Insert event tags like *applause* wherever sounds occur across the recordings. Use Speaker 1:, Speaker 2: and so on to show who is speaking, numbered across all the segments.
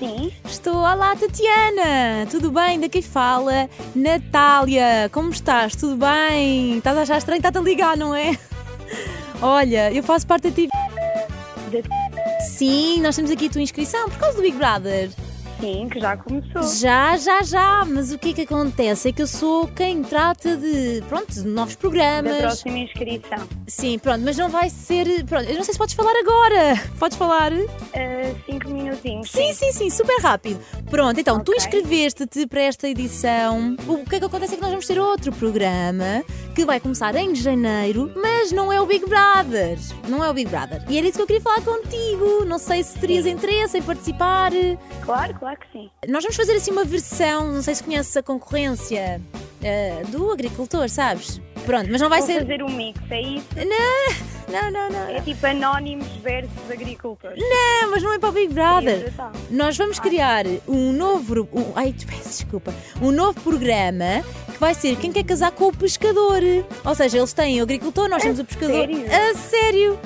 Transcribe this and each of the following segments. Speaker 1: gosto! Olá, Tatiana! Tudo bem? Daqui fala Natália. Como estás? Tudo bem? Estás a achar estranho? Estás a ligar, não é? *laughs* Olha, eu faço parte da TV. Sim, nós temos aqui a tua inscrição por causa do Big Brother.
Speaker 2: Sim, que já começou.
Speaker 1: Já, já, já, mas o que é que acontece? É que eu sou quem trata de, pronto, de novos
Speaker 2: Da
Speaker 1: programas.
Speaker 2: próxima inscrição.
Speaker 1: Sim, pronto, mas não vai ser. Pronto, eu não sei se podes falar agora. Podes falar?
Speaker 2: Ah, cinco minutinhos.
Speaker 1: Sim, sim, sim, super rápido. Pronto, então tu
Speaker 2: Ok.
Speaker 1: inscreveste-te para esta edição. O que é que acontece é que nós vamos ter outro programa que vai começar em janeiro, mas não é o Big Brother. Não é o Big Brother. E era isso que eu queria falar contigo. Não sei se terias interesse em participar.
Speaker 2: Claro, claro que sim.
Speaker 1: Nós vamos fazer assim uma versão, não sei se conheces a concorrência eh, do agricultor, sabes? Pronto, mas não vai
Speaker 2: Vou
Speaker 1: ser.
Speaker 2: fazer um mix, é isso?
Speaker 1: Não, não, não.
Speaker 2: É tipo anónimos versus agricultores.
Speaker 1: Não, mas não é para o Big Brother.
Speaker 2: Queria tratar.
Speaker 1: Nós vamos criar um novo. gru- Um, ai, *laughs* tu- peço desculpa. Um novo programa que vai ser Quem Quer Casar com o Pescador. Ou seja, eles têm o agricultor, nós temos o pescador.
Speaker 2: sério?
Speaker 1: A sério?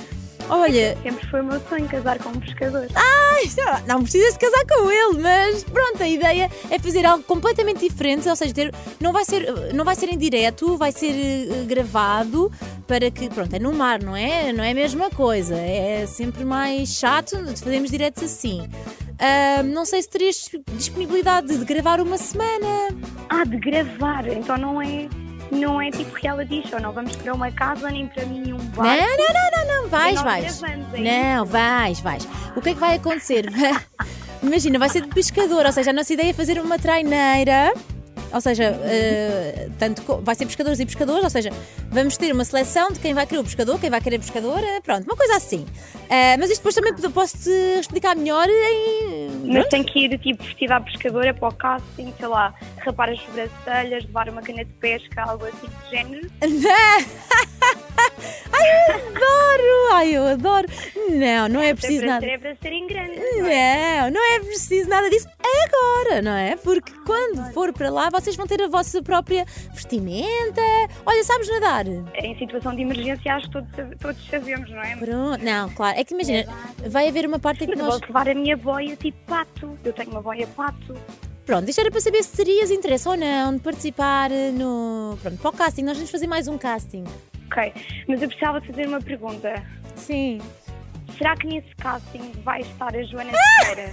Speaker 1: Olha,
Speaker 2: Sempre foi o meu sonho casar com um pescador.
Speaker 1: Ah! isto não- não precisas de casar com ele, mas pronto, a ideia é fazer algo completamente diferente, ou seja, ter, não, vai ser, não vai ser em direto, vai ser eh, gravado para que, pronto, é no mar, não é? Não é a mesma coisa, é sempre mais chato, fazemos diretos assim. Ah, não sei se terias disponibilidade de gravar uma semana.
Speaker 2: Ah, de gravar. Então não é, não é tipo reality show. Não vamos para uma casa nem para nenhum
Speaker 1: Não,
Speaker 2: bar. É
Speaker 1: né? não, não, não, não, vais,
Speaker 2: nós
Speaker 1: vais.
Speaker 2: gravamos, é
Speaker 1: Não, vais, vais. O que é que vai acontecer? *laughs* Imagina, vai ser de pescador, ou seja, a nossa ideia é fazer uma traineira. Ou seja, eh, tanto co- vai ser pescadores e pescadores, ou seja, vamos ter uma seleção de quem vai querer o pescador, quem vai querer a pescadora, pronto, uma coisa assim. Eh, mas isto depois também posso-te explicar melhor em. *laughs*
Speaker 2: Mas tem que ir tipo vestida à pescadora para o casting, sei lá, rapar as sobrancelhas, levar uma cana de pesca, algo assim do género.
Speaker 1: Adoro! Ai, eu adoro! Não, não é preciso
Speaker 2: é para
Speaker 1: nada.
Speaker 2: ser, é para ser em grande.
Speaker 1: Não, não é preciso nada disso agora, não é? Porque quando for para lá, vocês vão ter a vossa própria vestimenta. Olha, sabes nadar?
Speaker 2: Em situação de emergência, acho que todos, sabe- todos sabemos, não é?
Speaker 1: Pronto. Não, claro. É que imagina, vai haver uma parte em que
Speaker 2: Mas
Speaker 1: nós.
Speaker 2: posso levar a minha boia tipo pato. Eu tenho uma boia pato.
Speaker 1: Pronto, isto era para saber se terias interesse ou não de participar no. Pronto, para o casting. Nós vamos fazer mais um casting.
Speaker 2: Ok. Mas eu precisava de fazer uma pergunta.
Speaker 1: Sim.
Speaker 2: Será que nesse casting vai estar a Joana
Speaker 1: Ah!
Speaker 2: Ferreira?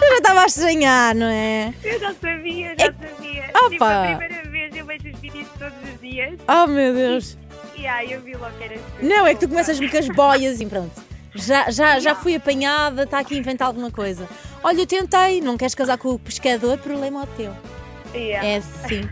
Speaker 1: Eu já estava a estranhar, não é?
Speaker 2: eu já sabia, já sabia. Tipo,
Speaker 1: Opa!
Speaker 2: a primeira vez eu vejo os vídeos todos os dias
Speaker 1: Oh, meu Deus.
Speaker 2: e aí eu vi logo que era tu.
Speaker 1: Não, é que tu
Speaker 2: Desculpa.
Speaker 1: começas-me com as boias e pronto. Já, já, já fui apanhada, está aqui a inventar alguma coisa. Olha, eu tentei, não queres casar com o pescador, problema é o teu.
Speaker 2: Yeah.
Speaker 1: É sim.